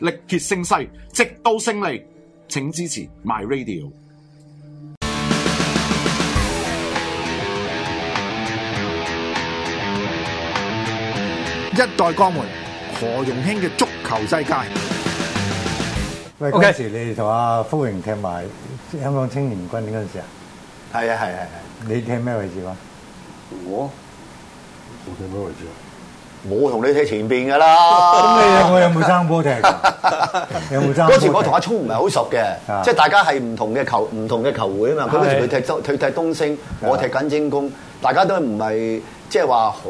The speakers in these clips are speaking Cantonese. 力竭聲勢，直到勝利。請支持 My Radio。一代鋼門何容興嘅足球世界。喂，嗰 OK 陣時你哋同阿福榮踢埋香港青年軍嗰陣時啊，係啊係啊係你踢咩位置話？我我企咩位置啊？啊，冇同你踢前邊㗎啦。 咁你有我有冇生波踢 㗎？有冇生波踢？嗰時我同阿聰唔係好熟啊嘅，即係大家係唔同嘅球唔同嘅球會啊嘛。佢嗰時佢係踢東佢踢東升，我踢緊精工，大家都唔係即係話好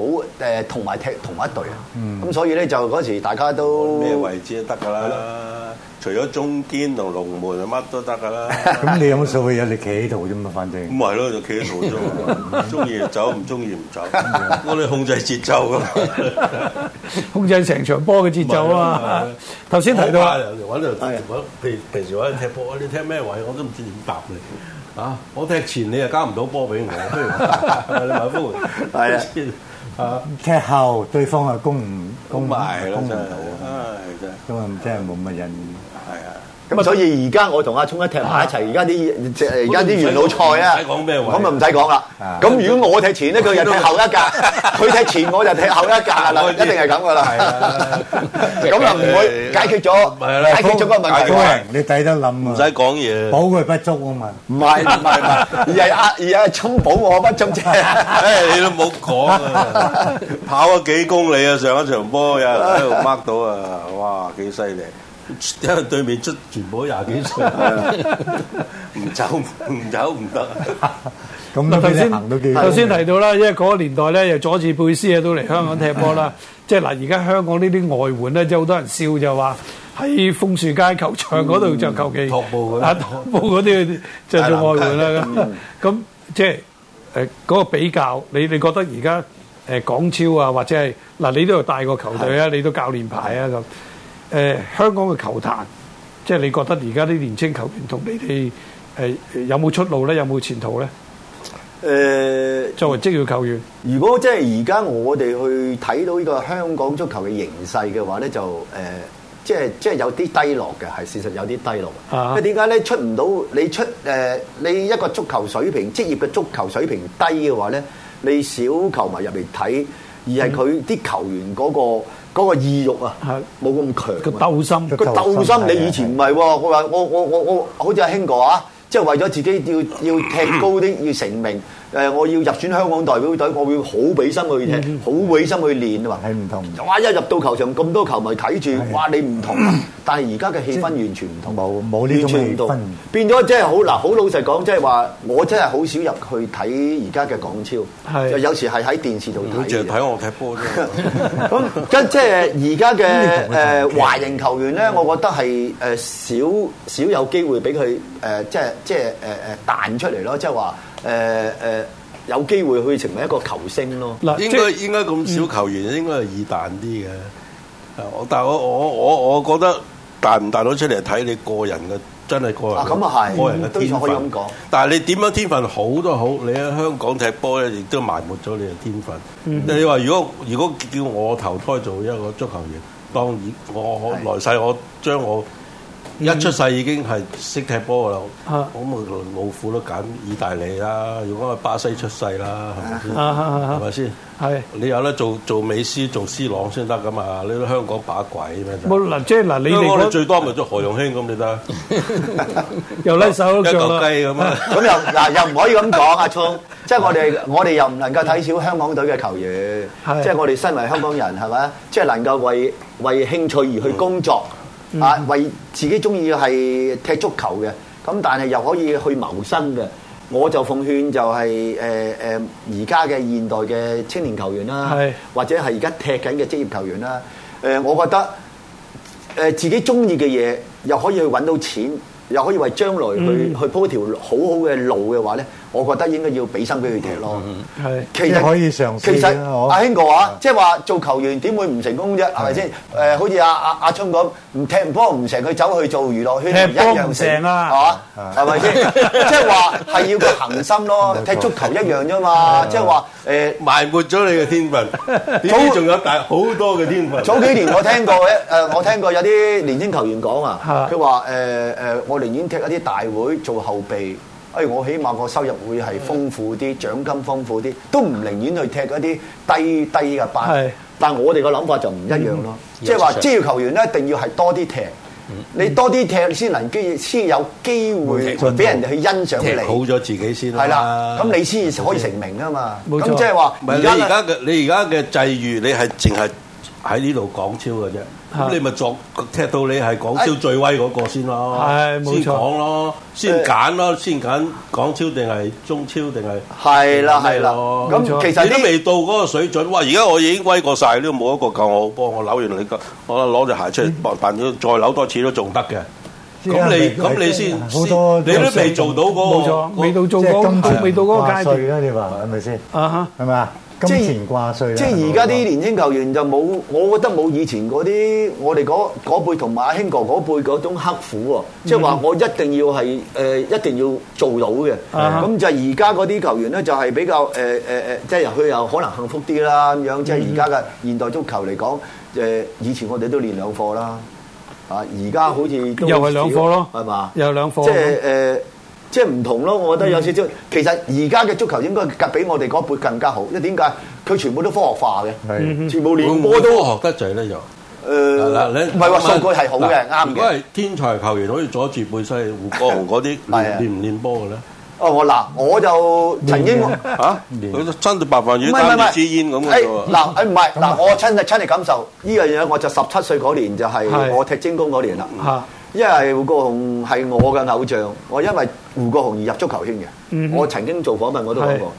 誒，同埋踢同一隊啊。咁所以咧就嗰時大家都咩位置都得㗎啦，除咗中堅同龍門乜都得 㗎啦。咁你有冇所謂啊？你企喺度啫嘛，反咁正。咪係咯，就企喺度啫嘛，中意就走，唔中意唔走，我哋控制節 奏㗎嘛。控制成場波嘅節奏啊咪係嘛咯！頭先提到我怕啊，人哋揾度，平平時揾人踢波，你踢咩位我都唔知點答你啊！我踢前你又交唔到波俾我， 不如你埋波 係啊啊，踢後對方啊攻唔咁攻咪係咯，攻唔真係到，啊，唉真係咁啊真係冇乜人。係啊。咁所以而家我同阿聰一踢埋一齊，而家啲即係而家啲元老賽啊，啊唔使講咩位咁咪唔使講啦啊。咁如果我踢前咧，佢就踢後一格；佢踢前我就踢後一格啦，我一知定係咁噶啦係啊。 咁啊唔會解決咗係啦解決咗個問題高㗎。人，你抵得諗唔使啊！講嘢，補佢不足啊嘛。唔係唔係唔係，而係阿而係阿聰保我不 中啫。唉，你都冇講 啊！跑咗幾公里啊，上一場波有人喺 度 mark 到啊，哇，幾犀利！因為對面出全部都廿幾歲， 唔走唔走唔得，咁都嗱頭俾你先行到幾頭先高提到啦，因為嗰個年代咧，又佐治貝斯啊都嚟香港踢波啦。即係嗱，而家香港呢啲外援咧，即係好多人笑就話喺楓樹街球場嗰度就求其托步嗰啲啊，托 步嗰啲就做外援啦。咁咁即係誒嗰個比較，你你覺得而家誒港超啊，或者係嗱，你都有帶過球隊啊，你都教練牌啊咁。誒香港嘅球壇，即係你覺得而家啲年青球員同你哋誒誒有冇出路咧？有冇前途咧？誒，作為職業球員，如果即係而家我哋去睇到呢個香港足球嘅形勢嘅話咧，就誒、呃即係即係有啲低落嘅，係事實有啲低落嘅。啊因為點解咧出唔到你出誒、呃你一個足球水平職業嘅足球水平低嘅話咧，你少球迷入嚟睇，而係佢啲球員嗰、個嗰個意欲啊係，冇咁強啊。個鬥心個鬥啊心你以前唔係喎，我話我我我我好似阿興哥啊，即係為咗自己要要踢高 啲，要成名。誒，我要入選香港代表隊，我會好俾心去踢，好俾心去練啊嘛。嗯係唔同哇！一入到球場咁多球迷係睇住，哇！你唔同。啊但係而家嘅氣氛完全唔同，冇冇呢種完全唔氣氛同。變咗即係好嗱，好老實講，即係話我真係好少入去睇而家嘅港超，係就有時係喺電視度佢睇淨係嘅。睇我踢 波啫。啊 咁跟即係而家嘅誒華人球員咧，我覺得係誒少少有機會俾佢誒即係即係誒誒彈出嚟咯，即係話誒誒有機會去成為一個球星咯。嗱，應即該係嗯應該咁少球員應該係易彈啲嘅。啊我但係我我我我覺得彈唔彈到出嚟係睇你個人嘅，真係個人嘅。啊咁啊係個人嘅對天上可分以咁講。但係你點樣天分好都好，你喺香港踢波咧，亦都埋沒咗你嘅天分。嗯你話如果如果叫我投胎做一個足球員，當然我我來世我將我一出世已經係識踢波噶啦啊，咁我老虎都揀意大利啦，如果我喺巴西出世啦，係咪先？啊啊啊係咪先？係你有得做做美斯、做 C 朗先得噶嘛？你都香港把鬼咩？冇嗱，即係嗱，你香港你哋嗰最多咪做何容興咁，你得又拉手一嚿腳啦，雞咁 啊！咁又嗱又唔可以咁講，阿聰，即係我哋我哋又唔能夠睇小香港隊嘅球員，係即係我哋身為香港人係咪？即係能夠為為興趣而去工作，啊，為自己中意係踢足球嘅，咁但係又可以去謀生嘅。我就奉勸就係誒誒而家嘅現代嘅青年球員啦係，或者係而家踢緊嘅職業球員啦，誒、我覺得。誒、誒自己中意嘅嘢，又可以去揾到錢，又可以為將來去、去鋪一條好好嘅路嘅話咧，我覺得應該要俾心俾佢踢咯。係其實即係可以嘗試其啦實我阿興嘅話，即係話做球員點會唔成功啫？係咪先？誒，好似阿阿阿春咁，唔踢波唔成，佢走去做娛樂圈踢一波樣唔成啊係嘛？係咪先？即係話係要個恒心咯，踢足球一樣啫嘛。即係話誒。埋沒咗你嘅天分，點知仲有大好多嘅天分。早幾年我 聽過誒，呃我聽過有啲年輕球員講啊嚇，佢話誒誒，我寧願踢一啲大會做後備，誒我起碼個收入會係豐富啲，獎金豐富啲，都唔寧願去踢一啲低低嘅班係。嗯但我哋嘅諗法就唔一樣咯，即係話職業球員咧一定要係多啲踢。你多啲踢先能機，先有機會俾人哋去欣賞踢好咗你，自己先啦。係啦，咁你先可以成名啊嘛。冇錯咁即係話唔係而你家呢而家嘅你而家嘅際遇，你係淨係喺呢度港超嘅啫。咁係你咪作踢到你係港超最威嗰個先咯，係冇錯先講咯，先揀咯，先揀港超定係中超定係係啦係咩啦，咯咁冇錯其實你都呢未到嗰個水準，哇！而家我已經威過晒，你都冇一個夠我好幫我扭完你個，我攞隻鞋出嚟扮扮咗，再扭多次都仲得嘅。咁你咁你先，好多你都未做到冇嗰錯，個未到做即係嗰金個錢未到嗰個階掛段帥啦，你話係咪先？啊哈！係咪啊？金即係錢掛帥啦即係而家啲年青球員就冇，我覺得冇以前嗰啲我哋嗰嗰輩同埋阿興哥嗰輩嗰種刻苦喎，即係嗯話我一定要係誒、呃一定要做到嘅。啊咁就而家嗰啲球員咧就係比較誒誒誒，即係佢又可能幸福啲啦咁樣。即嗯係而家嘅現代足球嚟講，誒、以前我哋都練兩課啦，啊而家好似都又係兩課咯係嘛？又係兩課即係誒。呃即係唔同咯，我覺得有少少。嗯其實而家嘅足球應該比我哋嗰輩更加好，因為點解？佢全部都科學化嘅。係全部會練唔波會都都學得滯咧？就誒，嗱，唔係話數據係好嘅，嗱啱如果嘅。係天才球員，好似佐治貝西、胡國雄嗰啲，係啊練練唔練波嘅咧？哦，我嗱，我就曾經唔嚇，佢都真到白飯魚係唔係唔擔係住支煙咁嘅誒啫喎。嗱哎誒唔啊係嗱，我親力親力感受呢樣嘢，我就十七歲嗰年就係係我踢精工嗰年啦。嚇因為胡國雄係我嘅偶像，我因為胡國雄而入足球圈嗯嘅。我曾經做訪問我都講過。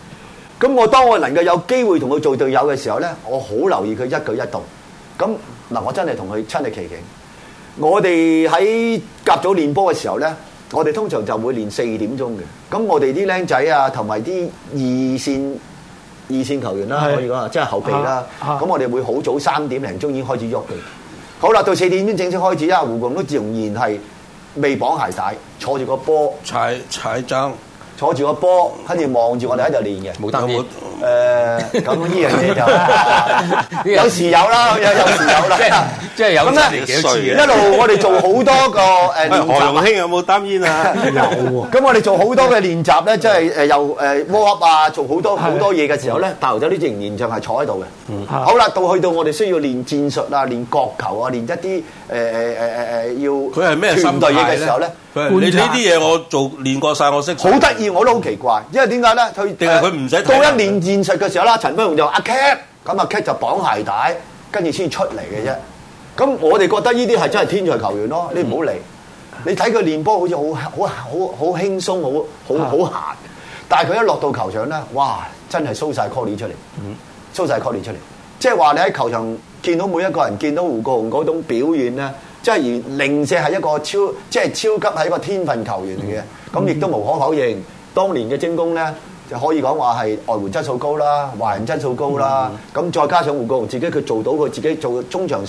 咁我當我能夠有機會同佢做隊友嘅時候咧，我好留意佢一舉一動。咁嗱，我真係同佢親歷其境。我哋喺甲組練波嘅時候咧，我哋通常就會練四點鐘嘅。咁我哋啲僆仔啊，同埋啲二線二線球員啦，係可以講啊，即係後備啦。啊啊咁我哋會好早三點零鐘已經開始喐嘅。好啦，到四點先正式開始啊，胡共都仍然係未綁鞋帶，坐住個波，踩踩踭，坐住個波，跟住望住我哋喺度練嘅。冇得有變冇。誒，呃咁呢樣 嘢就有時有啦，有有時有即係啦。即係有咁七咧年幾多次啊一嘅。路我哋做好多個誒喂，練何習容。興有冇擔 煙啊？ 咁我哋做好多嘅練習咧，即係誒又誒 warm up 啊，做好多好多嘢嘅時候咧，大頭仔呢仍然就係坐喺度嗯嘅。好啦，到去到我哋需要練戰術啊，練角球啊，練一啲誒誒誒誒誒佢呃要係咩心態團隊嘢嘅時候咧，佢係你觀呢察啲嘢我做練過晒，我識晒。好得意，我都好奇怪，因為點解咧？佢呃定係佢唔使睇啊到一練戰術嘅時候啦，陳輝雄就話阿 Cap，咁阿 Cap 就綁鞋帶，跟住先出嚟嘅啫。咁我哋覺得呢啲係真係天才球員嗯咯，你唔好嚟。你睇佢練波好似好好好好輕鬆，好好好閒，但係佢一落到球場咧，哇！真係 show 晒 c o l l 出嚟，show 晒 c o l l 出嚟，即係話你喺球場見到每一個人見到胡國雄嗰種表現咧，即係而零舍係一個超即係超級係一個天分球員嗯嚟嘅，咁亦都無可否認，當年嘅精工咧。就可以講話係外援質素高啦，華人質素高啦，咁、嗯再加上胡國雄自己佢做到佢自己做中場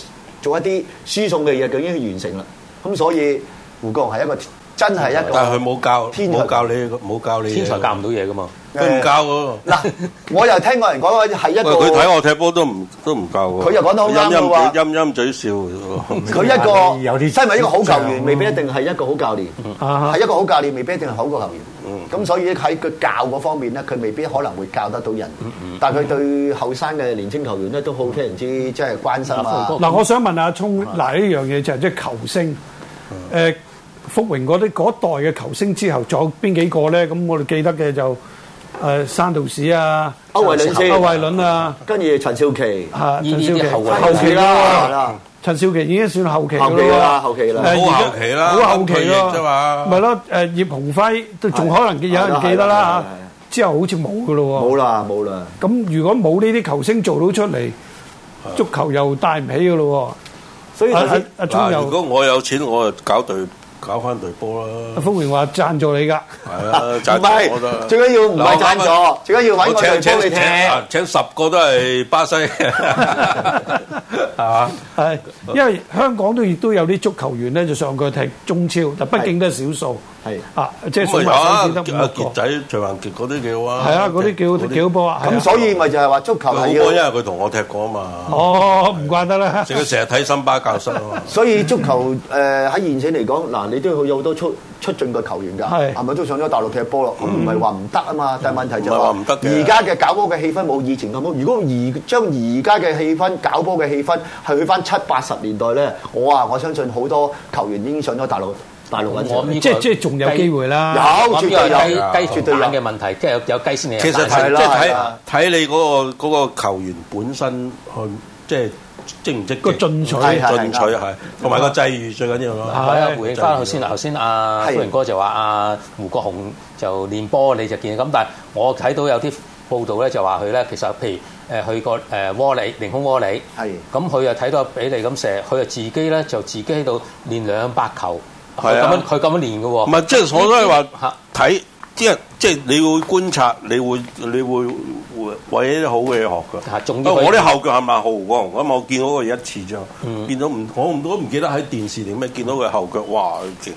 做一啲輸送嘅嘢，佢已經完成啦。咁所以胡國雄係一個真係一個，但係佢冇教，天才冇教你，冇教你嘢。天才教唔到嘢噶嘛？佢唔教喎。嗱，我又聽過人講係一喂個，佢睇我踢波都唔都唔教喎。佢又講得好啱嘅陰喎陰嘴陰陰嘴笑喎。佢一個有啲嗯身為一個好球員，未必一定係一個好教練，啊係一個好教練未必一定係好個球嗯員。咁所以喺佢教嗰方面咧，佢未必可能會教得到人，嗯但係佢對後生嘅年青球員咧都好非常之即係關心啊。嗱，我想問阿聰，嗱呢樣嘢就係即係球星，誒福榮嗰啲嗰一代嘅球星之後，仲有邊幾個咧？咁我哋記得嘅就誒山道士啊，歐慧倫先歐慧倫啊，跟住陳少琪，啊呢陳呢少啲琪後衞後期係啦，啦，陳少琪已經算後期㗎後期啦，啦喎。後期啦。誒好後期啦好後期咯，退役啫嘛咪咯，誒葉鴻輝都仲可能有人記得啦嚇，之後好似冇噶咯喎。冇啦，冇啦。咁如果冇呢啲球星做到出嚟，足球又帶唔起噶咯所以頭啊阿先阿嗱鐘如果又我有錢，我就搞隊搞翻隊波阿 啦。福榮話贊助 你㗎，係啊，唔贊助我係得。最緊要唔係嗱贊助，最緊要揾我我請哋請幫你請踢。請十個都係巴 西，係嘛？係因為香港都亦都有啲足球員咧，就上過踢中超，但畢竟都係少數。係啊，即係數咁埋啊手指有得啊，五六傑個。仔徐宏傑嗰啲幾好啊。係啊，嗰啲嗰幾好幾好波啊。係啊咁所以咪就係話足佢球好波，係因為要，佢同我踢過啊嘛。哦，唔怪 得啦。成日成日睇森巴教室啊 嘛。所以足球誒喺現時嚟講，嗱你都有好多出出進嘅球員㗎，係係咪都上咗大陸踢波咯？嗯咁唔係話唔得啊嘛，但係問題就唔係話話唔得嘅而家嘅搞波嘅氣氛冇以前咁好。如果而將而家嘅氣氛搞波嘅氣氛係去翻七八十年代咧，我啊我相信好多球員已經上咗大陸大陸揾食我諗呢個即係即係仲有機會啦。有我絕諗對呢個係有，雞雞絕對蛋嘅有。問題，即係有有雞先嚟。其實係睇啦即係係睇啦啊睇你嗰個嗰個球員本身去即係積唔積極嗯個進取係係進取係，同埋個際遇最緊要咯。係啊係，回應翻頭先，頭先阿係歡迎哥就話阿胡國雄就練波，你就見咁，但係我睇到有啲報道咧就話佢咧，其實譬如誒去過誒窩里凌空窩里，係咁佢又睇到比利咁射，佢就自己咧就自己喺度練兩百球，佢係咁啊樣佢咁樣練嘅喎，唔係即係我都係哦嚇話睇，即係即係你會觀察，你會你會為啲好嘅嘢學㗎。嚇仲不要過佢我啲後腳係咪豪王咁？我見嗰個一次啫，嗯見到唔我唔都唔記得喺電視定咩見到佢後腳，哇！勁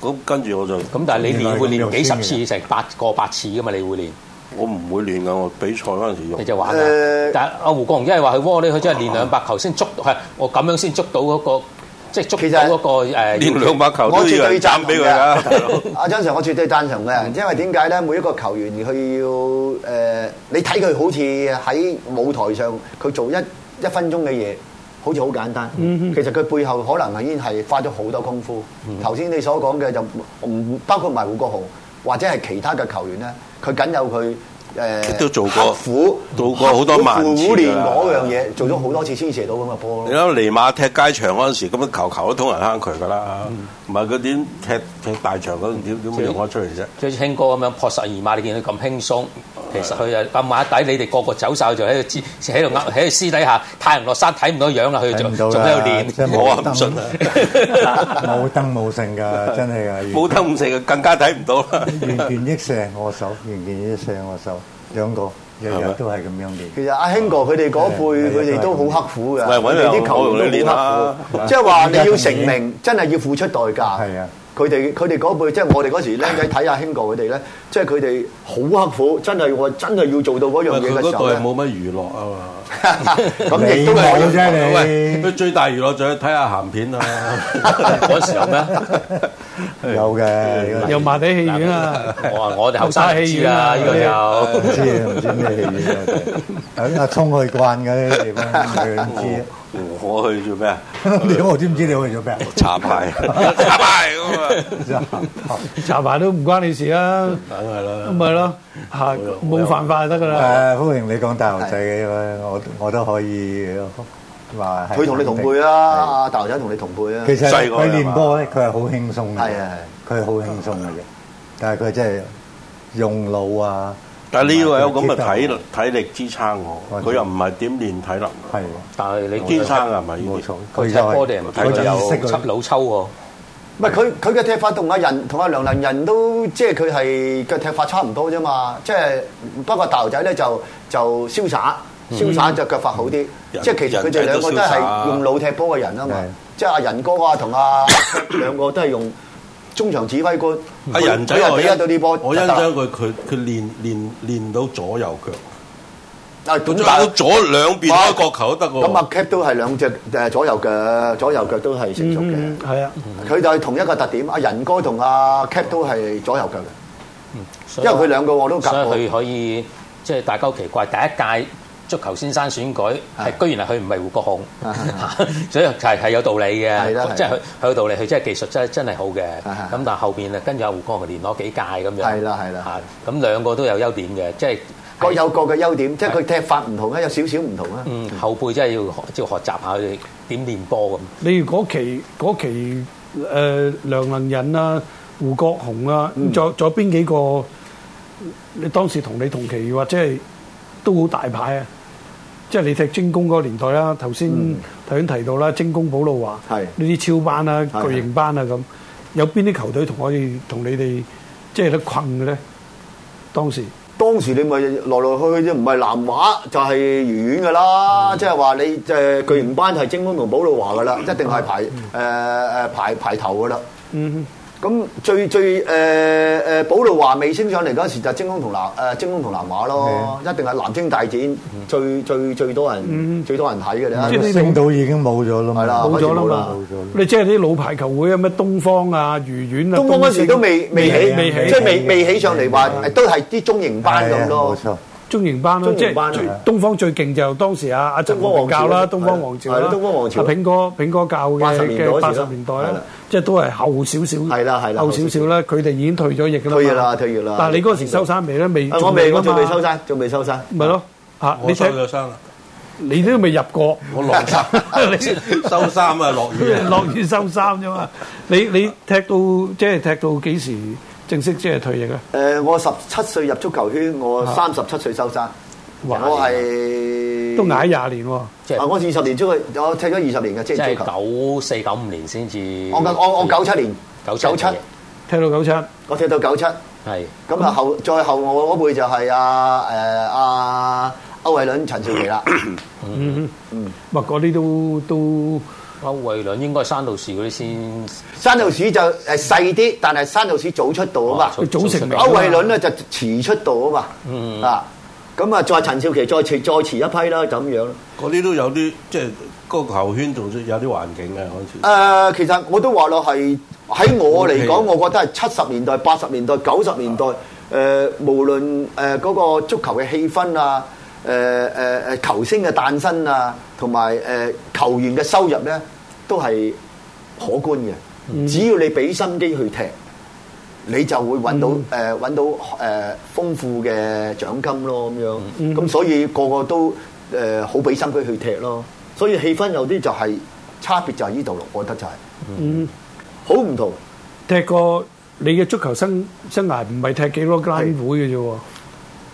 咁跟住我就咁但係你練會練幾十原次，成八個八次噶嘛，你會練，我唔會亂㗎，我比賽嗰陣時用你。就玩誒啦。但係阿胡國雄因為話佢窩咧，佢真係練兩百球先捉，係我咁樣先捉到嗰個，即係捉其實到嗰個誒連兩百球我都絕要人對贊斬同俾佢嘅㗎， 嗯大佬。阿張 Sir，我絕對贊同嘅，因為點解咧？每一個球員佢要誒、呃你睇佢好似喺舞台上佢做一一分鐘嘅嘢，好似好簡單。嗯其實佢背後可能已經係花咗好多功夫。頭先、你所講嘅就唔包括埋胡國雄或者係其他嘅球員咧，佢僅有佢。誒都做過刻苦，做過好多萬次㗎啦苦練嗰樣嘢，做咗好多次先射到咁嘅波你咯。諗尼馬踢街場嗰陣時，咁樣球球都通人坑渠㗎啦，唔係佢點踢踢大場嗰陣點點樣用得出嚟啫？即係興哥咁樣撲十二碼，你見佢咁輕鬆，其實佢就暗馬底，你哋個個走晒就喺度知喺度呃喺度私底下太陽落山睇唔到樣啦，佢仲仲喺度練。真係我啊冇唔信啊燈，冇燈冇剩 㗎，真係啊！冇得五四嘅，更加睇唔到啦。完全益射我手，完全益射我手，兩個日係咪日都係咁樣練。其實阿興哥佢哋嗰係啊輩，佢哋都好刻苦㗎。喂搵佢人哋啲球員都好我刻苦，即係話你要成名，真係要付出代價。嗯係啊，佢哋佢哋嗰輩，即係我哋嗰時僆仔睇阿興哥佢哋咧，即係佢哋好刻苦，真係我真係要做到嗰樣嘢佢嘅嗰時候代咧，冇乜娛樂啊嘛。咁亦都你係冇啫喂，你佢最大娛樂就係睇下鹹片啊。 嗰時有咩？ 有嘅，又麻地戲院啊！我話我哋後生人知啦，呢個就唔知啊，唔知咩戲院啊真 係阿阿聰去慣嘅呢啲地方，佢唔知啊。 我去做咩啊？ 你我知唔知你去咗啊咩？查 牌，查牌咁啊！查牌都唔關你事啊，梗係咁啦。咪 咯嚇，冇犯法就得噶啦。誒，歡迎你講大學仔嘅，我我都可以話係佢同你同輩啦，阿大頭仔同你同輩啊肯。定。其實細個佢㗎嘛練波咧，佢係好輕鬆嘅，係啊佢係好輕鬆嘅啫。但係佢真係用腦啊，但係呢個有咁嘅體體力支撐我，我知佢又唔係點練體能，啊係但係你天見生佢啊咪呢冇啲錯。佢佢踢就係波定唔踢佢就就有識執佢。老抽喎。唔係佢佢嘅踢法同阿人同阿梁能人都即係佢係嘅踢法差唔多啫嘛，即係不過大頭仔咧就就瀟灑，瀟灑就腳法好啲，嗯人即係其實佢哋兩個都係用腦踢波嘅人啊嘛係，即係阿仁哥啊同阿 兩個都係用中場指揮官，阿人仔佢又我俾欣得啊到啲波，我欣賞佢，佢佢練練練到左右腳，啊咁佢但到左兩邊開角球都得咁啊喎。阿 Cap 都係兩隻誒左右腳，左右腳都係成熟嘅。嗯，係啊，佢就係同一個特點，阿仁哥同阿 Cap 都係左右腳嘅，所以因為佢兩個我都夾過所。以佢可以即係大家好奇怪，第一屆足球先生選舉係居然係佢唔係胡國雄， 所以係係有道理係啦係啦嘅，即係佢佢有道理，佢真係技術真係真係好嘅。啊咁但係後邊啊跟住阿胡國雄連攞幾屆咁樣，係啦係啦嚇，咁兩個都有優點嘅，即係各有各嘅優點，即係佢踢法唔同咧，啊有少少唔同啦。嗯後輩真係要學要學習下佢哋點練波咁。你如嗰期嗰期誒梁能仁啊、胡國雄啊，咁仲有仲有邊幾個？你當時同你同期或者係都好大牌啊？即係你踢精工嗰個年代啦，頭先頭先提到啦，精工、普魯華係呢啲超班啦、係巨型班啊咁，有邊啲球隊同我哋同你哋即係有得困嘅咧？當時當時你咪來來去去啫，唔係南華就係愉園噶啦，嗯即係話你誒巨型班係精工同保路華噶啦，一定係排誒誒、呃、排排頭噶啦。嗯咁最最誒誒保路華未升上嚟嗰時就精工同南誒精工同南華咯，一定係南京大戰最最最多人嗯最多人睇嘅啦即。係呢度星島已經冇咗啦嘛，係啦哼，冇咗啦嘛冇咗啦，你即係啲老牌球會啊，咩東方啊、愉園啊，東方嗰時都未未起，未起嗯即係未未起上嚟話，都係啲中型班咁咯係。啊中型班啦，中即型班係啊最東方最勁就當時啊阿陳東方國王朝教啦，啦東方王朝啦，係啦東方王朝阿炳哥炳哥教嘅80年代嗰時啦嘅八十年代係啦啦，即係都係後少少，係啦係啦後少少啦，佢哋已經退咗役㗎啦嘛，退役啦退役啦但係你嗰時收山未咧？未，啊我未我仲未收山，山，仲未收山。咪咯嚇我你收睇咗衫啦，你都未入 過，我落衫， 收衫啊，落雨啊，落雨收衫啫嘛，你你踢到即係踢到幾時正式即係退役啊？誒、我十七歲入足球圈，我三十七歲收山。啊哇我係都捱廿年喎，即係啊！我二十年足球，我踢咗二十年嘅即職業係足球。九四九五年先至。我我我九七年，九九七，踢到九七，我踢到九七。係咁嗯啊後再後我嗰輩就係啊阿誒阿歐偉倫、陳少 琪啦。嗯嗯，哇嗰啲都都歐惠倫應該係山道士嗰啲先。山道士就誒細啲，但係山道士早出道啊嘛。哦組成名歐偉倫咧就遲出道啊嗯嘛。啊，咁啊再陳少琪再遲再遲一批啦，就咁樣啦。嗰啲都有啲即係嗰個球圈仲有啲環境嘅嗰時誒、。呃其實我都話咯，係喺我嚟 OK 講，我覺得係七十年代、八十年代、九十年代，誒、無論誒嗰個足球嘅氣氛啊，誒誒誒球星嘅誕生啊，同埋誒球員嘅收入咧，都係可觀嘅。只要你俾心機去踢，你就會揾到誒揾、嗯到誒、豐富嘅獎金咯咁樣。咁、嗯所以個個都誒好俾心機去踢咯。所以氣氛有啲就係、差別就係呢度咯，我覺得就係、嗯。好唔同。踢過你嘅足球生生涯唔係踢幾多間會嘅啫喎，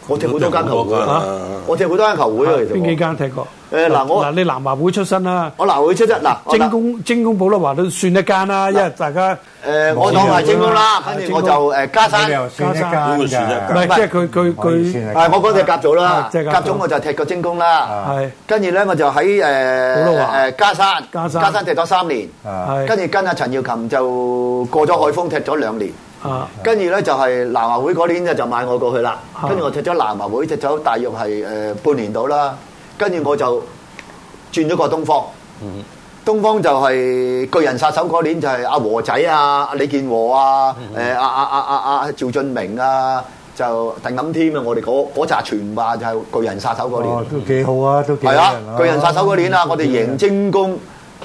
我踢好多間球好多會，間啊我踢好多間球會啊，其實邊幾我。間踢過？誒嗱我嗱你南華會出身啦，我嗱會出一嗱，我精嗱工精工保羅華都算一間啦，因為大家誒我當係精工啦，啊跟住我就誒加山，你誒又算一間加山唔㗎係即係佢佢我以前佢係我嗰隻甲組啦啊，即係甲組啊甲組我就踢過精工啦，係跟住咧我就喺誒好啦話誒加山，加山踢咗三年，啊係跟住跟阿陳耀琴就過咗海豐踢咗兩年。啊跟住咧就係南華會嗰年咧就買我過去啦啊，跟住我踢咗南華會，踢咗大約係誒半年到啦，跟住我就轉咗個東方，嗯東方就係巨人殺手嗰年就係阿和仔啊、阿李健和啊、嗯誒阿阿阿阿阿趙俊明啊，就鄧錦添啊，我哋嗰嗰扎全話就係巨人殺手嗰哦年，都幾好啊，都幾係啊，啊巨人殺手嗰年啊，我哋贏精工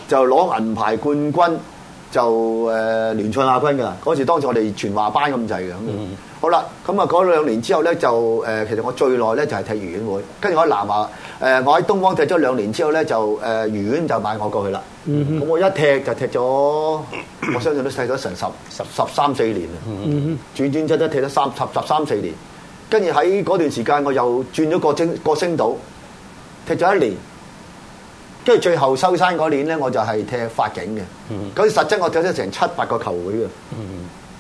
就攞銀牌冠軍。就誒聯賽亞軍㗎，嗰時當時我哋全華班咁滯嘅，咁嗯好啦，咁啊嗰兩年之後咧就呃誒，其實我最耐咧就係踢愉園會，跟住我喺南華誒，我喺東方踢咗兩年之後咧就誒愉園就買我過去啦，嗯咁我一踢就踢咗，我相信都踢咗成十十十三四年啦，嗯轉轉真真踢咗三十十三四年，跟住喺嗰段時間我又轉咗個星個星島，踢咗一年。跟住最後收山嗰年咧，我就係踢法警嘅。嗯咁、實質我踢咗成七八個球會嘅。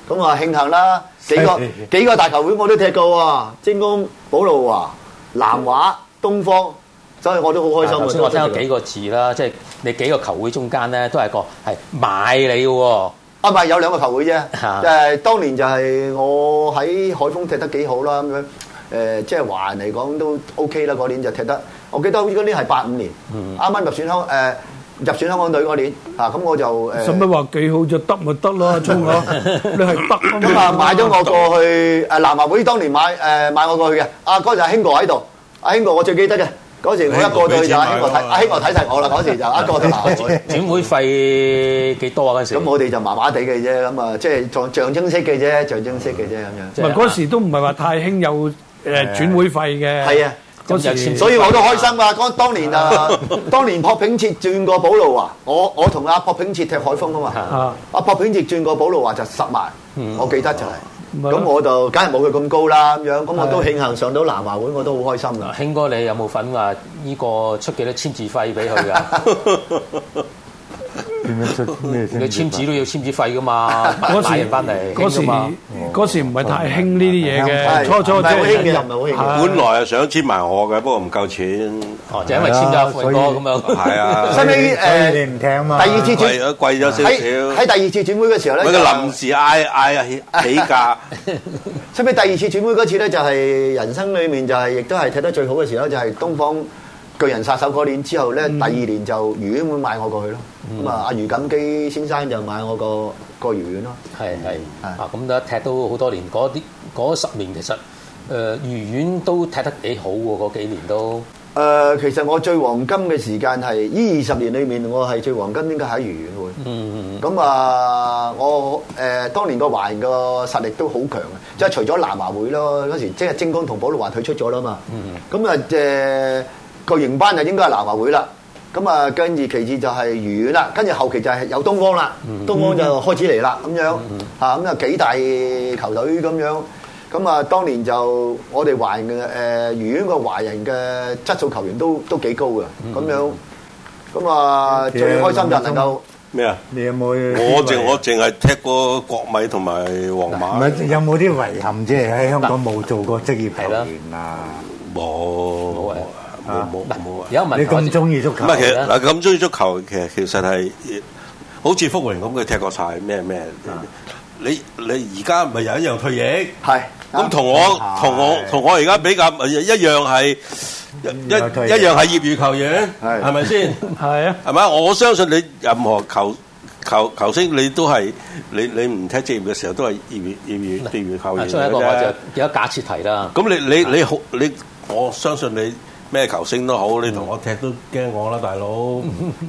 咁啊、慶幸啦，幾 個幾個大球會我都踢過喎，精工、保路華、南華、東方，所以我都好開心啊頭先我聽咗幾個字啦，即係你幾個球會中間咧都係個係買你嘅喎。啊，唔係有兩個球會啫。嚇誒、當年就係我喺海豐踢得幾好啦，咁樣誒，即係華人嚟講都 OK 啦。嗰年就踢得，我記得嗰年係八五年，啱啱入選香誒、入選香港隊嗰年嚇，咁、我就誒。使乜話幾好就得咪 得咯，聰哥，你係得咁啊啊嘛買咗我過去誒南華會，當年買誒、買我過去嘅。啊嗰陣阿興哥喺度，阿興哥我最記得嘅。嗰時我一過到去就阿興哥睇，阿興哥睇晒我啦。嗰時就一過到南華會。轉會費幾多啊？嗰陣時咁我哋就麻麻地嘅啫，咁啊，即係象象徵式嘅啫，象徵式嘅啫咁唔係嗰時都唔係話太興有誒轉會費嘅，樣。係啊，嗰咁就時簽所所以我都開心啊！嗰當年 啊，當年朴炳哲轉過保路華，我我同阿朴炳哲踢海風啊嘛。嗯啊阿朴炳哲轉過保路華就十萬，我記得就係。咪咯咁我就梗係冇佢咁高啦，咁樣咁我都慶幸上到南華會，我都好開心噶。興哥，你有冇份話呢個出幾多簽字費俾佢㗎？點樣出咩先？你簽字都要簽字費㗎嘛？嗰買人時翻嚟嗰時興㗎嘛？嗰時唔係太興呢啲嘢係嘅，初初唔即係好興嘅，唔係係好興嘅。本來係想簽埋我嘅，不過唔夠錢， 哦，就因為簽咗富哥咁樣。係啊，收尾所以誒你唔聽嘛？第二次貴轉咗貴咗少喺少喺。第二次轉會嘅時候佢咧，個就臨時嗌嗌起起 價，收尾第二次轉會嗰次咧，就係人生裏面就係亦都係踢得最好嘅時候，就係東方巨人殺手嗰年之後嗯咧，第二年就魚丸會買我過去咯。咁啊，阿余錦基先生就買我個個魚丸咯。係係係啊，咁都一踢都好多年，嗰啲嗰十年其實誒魚院都踢得幾好喎，嗰幾年都誒、呃其實我最黃金嘅時間係呢二十年裏面，我係最黃金應該喺愉園會。嗯咁啊、我誒、當年個華人個實力都好強嘅，即係除咗南華會咯，嗰時即係精光同保羅華退出咗啦嘛。嗯咁啊誒個型班就應該係南華會啦。咁啊，跟住其次就係愉園啦，跟住後期就係有東方啦，嗯東方就開始嚟啦咁樣嚇，咁啊幾大球隊咁樣。咁啊，當年就我哋華人嘅誒愉園個華人嘅質素球員都都幾高嘅嗯咁樣。咁啊，最開心就係能夠。咩啊？你有冇啲遺？我淨我淨係踢過國米同埋皇唔馬，係有冇啲遺憾即係喺香港冇做過職業球員啊？冇冇冇冇啊！有一個問你題我咁哋中意足球唔，係其實啦嗱咁中意足球，其實其實係好似福榮咁，佢踢過晒咩咩。你你而家咪有一樣退役，係啊咁同我係同我同我而家比較，一樣係一有退役一一樣係業餘球員，係係咪先？係啊，係咪？我相信你任何球球球星，你都係你你唔踢職業嘅時候，都係業餘業餘業餘球啊，員最後一個嘅我啫。就有一假設題啦。咁你你你好你，我相信你咩球星都好，你同我踢都驚我啦，大佬，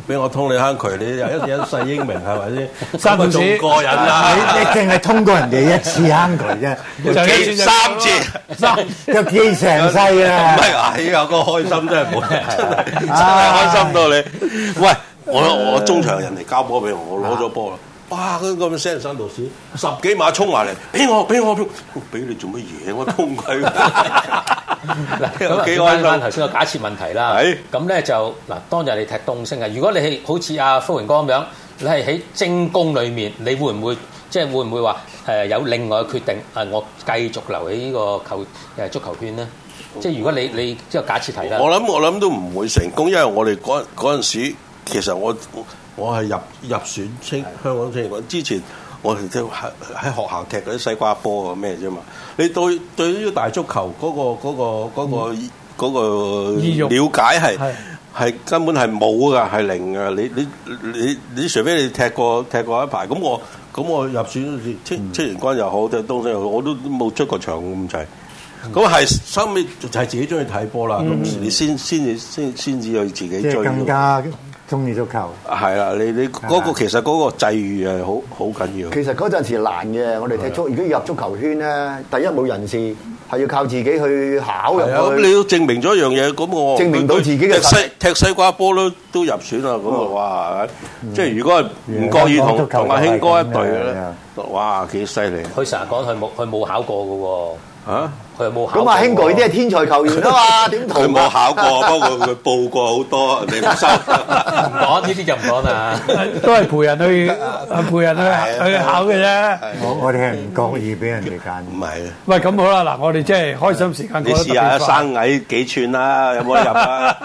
俾我通你坑渠，你又一一世英名係咪先？三個父子仲過癮你你啦！淨係通過人哋一次坑佢啫，就記三次，就記成世唔係啊！哎呀，個開心真係冇， 真係真係開心到你。喂，我我中場人哋交波俾我，我攞咗波啦。哇！佢咁聲生道士，十幾碼衝埋嚟，俾我俾我俾我，俾你做乜嘢？我 通 佢， 咁啊，幾點開翻翻心頭！先個假設問題啦係。咁咧就嗱，當日你踢東升啊，如果你係好似阿福榮哥咁樣，你係喺精工裏面，你會唔會即係會唔會話誒有另外嘅決定啊？我繼續留喺呢個球誒足球圈咧？即係如果你你即係假設題啦，我諗我諗都唔會成功，因為我哋嗰嗰陣時，其實我我我係入入選青香港青年軍之前，我哋都喺喺學校踢嗰啲西瓜波啊咩啫嘛。你對對於大足球嗰、個嗰、個嗰、個嗰、意欲個了解係係。係根本係冇噶，係零噶。你你你你，除非你踢過踢過一排，咁我咁我入選青青年軍又好，踢東西又好，我都冇出過場咁滯。咁係收尾就係自己中意睇波啦，咁你先先至先先至去自即己追係更咯。加中意足球。係啦，你你嗰個其實嗰個際遇係好好緊要。其實嗰陣時難嘅，我哋踢足，啊如果要入足球圈咧，第一冇人士，係要靠自己去考入係啊，咁去。你都證明咗一樣嘢，咁我證明到自己嘅踢實西力踢西瓜波都都入選啦，咁啊哇！即係如果係唔覺意原來香港足球同同就阿係興哥一咁隊嘅嘅係咧啊，哇幾犀利佢成日講佢冇佢冇考過嘅喎，啊！佢冇考過咁喎。啊，興哥呢啲係天才球員 啊嘛，點同佢冇考過，不過佢報過好多，人 哋唔收。唔講呢啲就唔講啦。都係啊陪人去陪人去去考嘅啫。我我哋係唔覺意俾人哋揀唔。係啊，喂，咁好啦，嗱，我哋即係開心時間你過得特試下別快。生矮幾寸啦，有冇得入啊？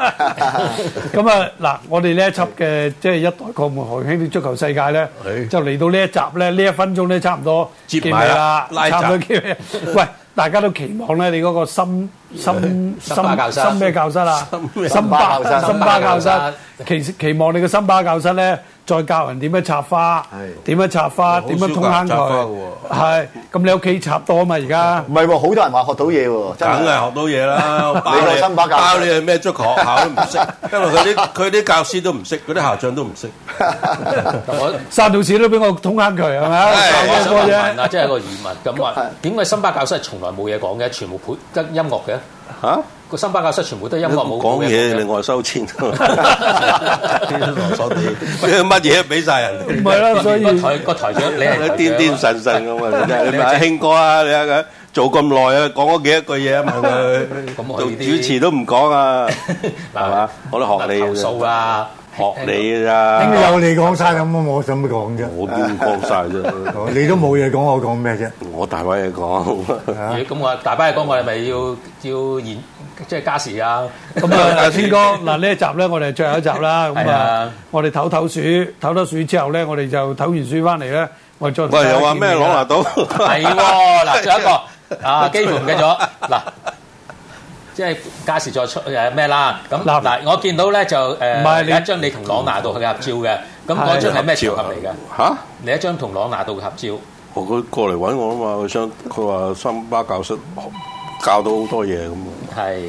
咁啊，嗱，我哋呢一輯嘅即係一代國門韓興的足球世界咧，就嚟到呢一集咧，呢一分鐘咧差唔多接結埋尾啦拉閘差唔多結尾。喂，大家都期望咧，你嗰個心心心巴教室心咩教室啊？心巴教室心巴教心巴室，期期望你個心巴教室咧，再教人點樣插花，點樣插花，好點樣通少坑教人插花渠嘅。係，咁你屋企插多啊嘛？而家唔係喎，好多人話學到嘢喎，真梗係係。學到嘢啦！我包你個你心把教包你係咩足球學校都唔識，因為佢啲佢啲教師都唔識，嗰啲校長都唔識。我三到市都俾我通坑渠係咪啊？我教想多問個問啫。啊，即係一個疑問。咁話點解森巴教室係從來冇嘢講嘅，全部配得音樂嘅？嚇個新班教室全部都音樂冇講嘢另外收錢，傻傻地，乜嘢都俾晒人哋。唔係啦，所以個台個台長你係台 癲癲長神神咁啊！真係你咪阿興哥啊，你睇佢做咁耐啊，講咗幾多句嘢啊？問佢咁我做呢主啲持都唔講啊，係嘛？我都學你投嘅啫，訴啊，學你嘅咋？有你講晒咁，我使乜講啫？我邊講晒啫？你都冇嘢講，我講咩啫？我大把嘢講，如果咁我大班嘢講，我哋咪要要延即 係加時啊。咁啊，阿天哥，嗱呢一集咧，我哋係最後一集啦。咁係啊啊，我哋唞唞暑，唞唞暑之後咧，我哋就唞完暑翻嚟咧，我哋再同喂大家又話見咩面朗啦拿度？係喎，嗱，仲有一個啊，幾乎唔記得咗嗱。即係加時再出誒咩啦？咁嗱嗱，我見到咧就唔係誒你有一張你同朗拿度嘅合照嘅，咁嗰張哎係咩場合嚟嘅？嚇？你一張同朗拿度嘅合照，我佢過嚟揾我啊嘛，佢想佢話森巴教室教到好多嘢咁啊。係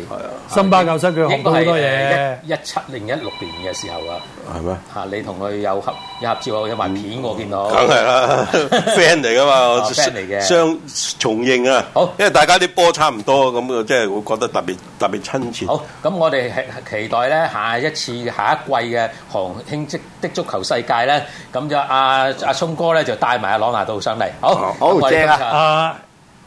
新巴教室佢學應該到好係多嘢誒。一一七零一六年嘅時候啊，係咩？嚇你同佢有合有合照，有埋片我見到。梗係啦 ，friend 嚟噶嘛，我哦 friend 嚟嘅相重認啊。好因為大家啲波差唔多，咁啊，即係會覺得特別特別親切。好，咁我哋期期待咧下一次下一季嘅韓興即的足球世界咧，咁就阿阿聰哥咧就帶埋阿朗拿度上嚟。好，好咁我哋正啊今集啊，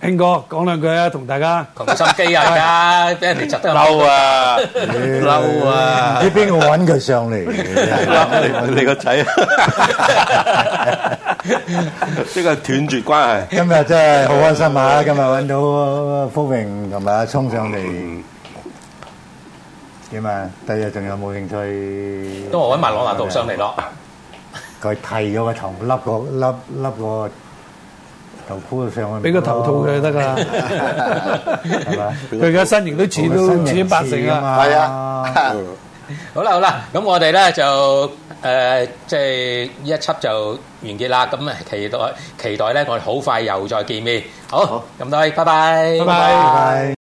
興哥講兩句啊，同大家。 窮到心機啊，而家俾人哋窒得嬲 啊！嬲啊唔知邊個揾佢上嚟 dạ, 你你個仔，啊 即係斷絕關係。今日真係好開心啊！今日揾到福榮同埋阿聰上嚟，點啊？第日仲有冇興趣？咁我啊揾埋朗拿度上嚟咯。佢剃咗個頭，笠個笠笠個頭箍上去，俾個頭套佢就得㗎啦， 係嘛？佢而家身形都似都似八成 啊！係啊！好啦好啦，咁我哋咧就誒即係呢一輯就完結啦。咁期待期待咧，我哋好快又再見面。好，咁多位，拜拜，拜拜拜拜。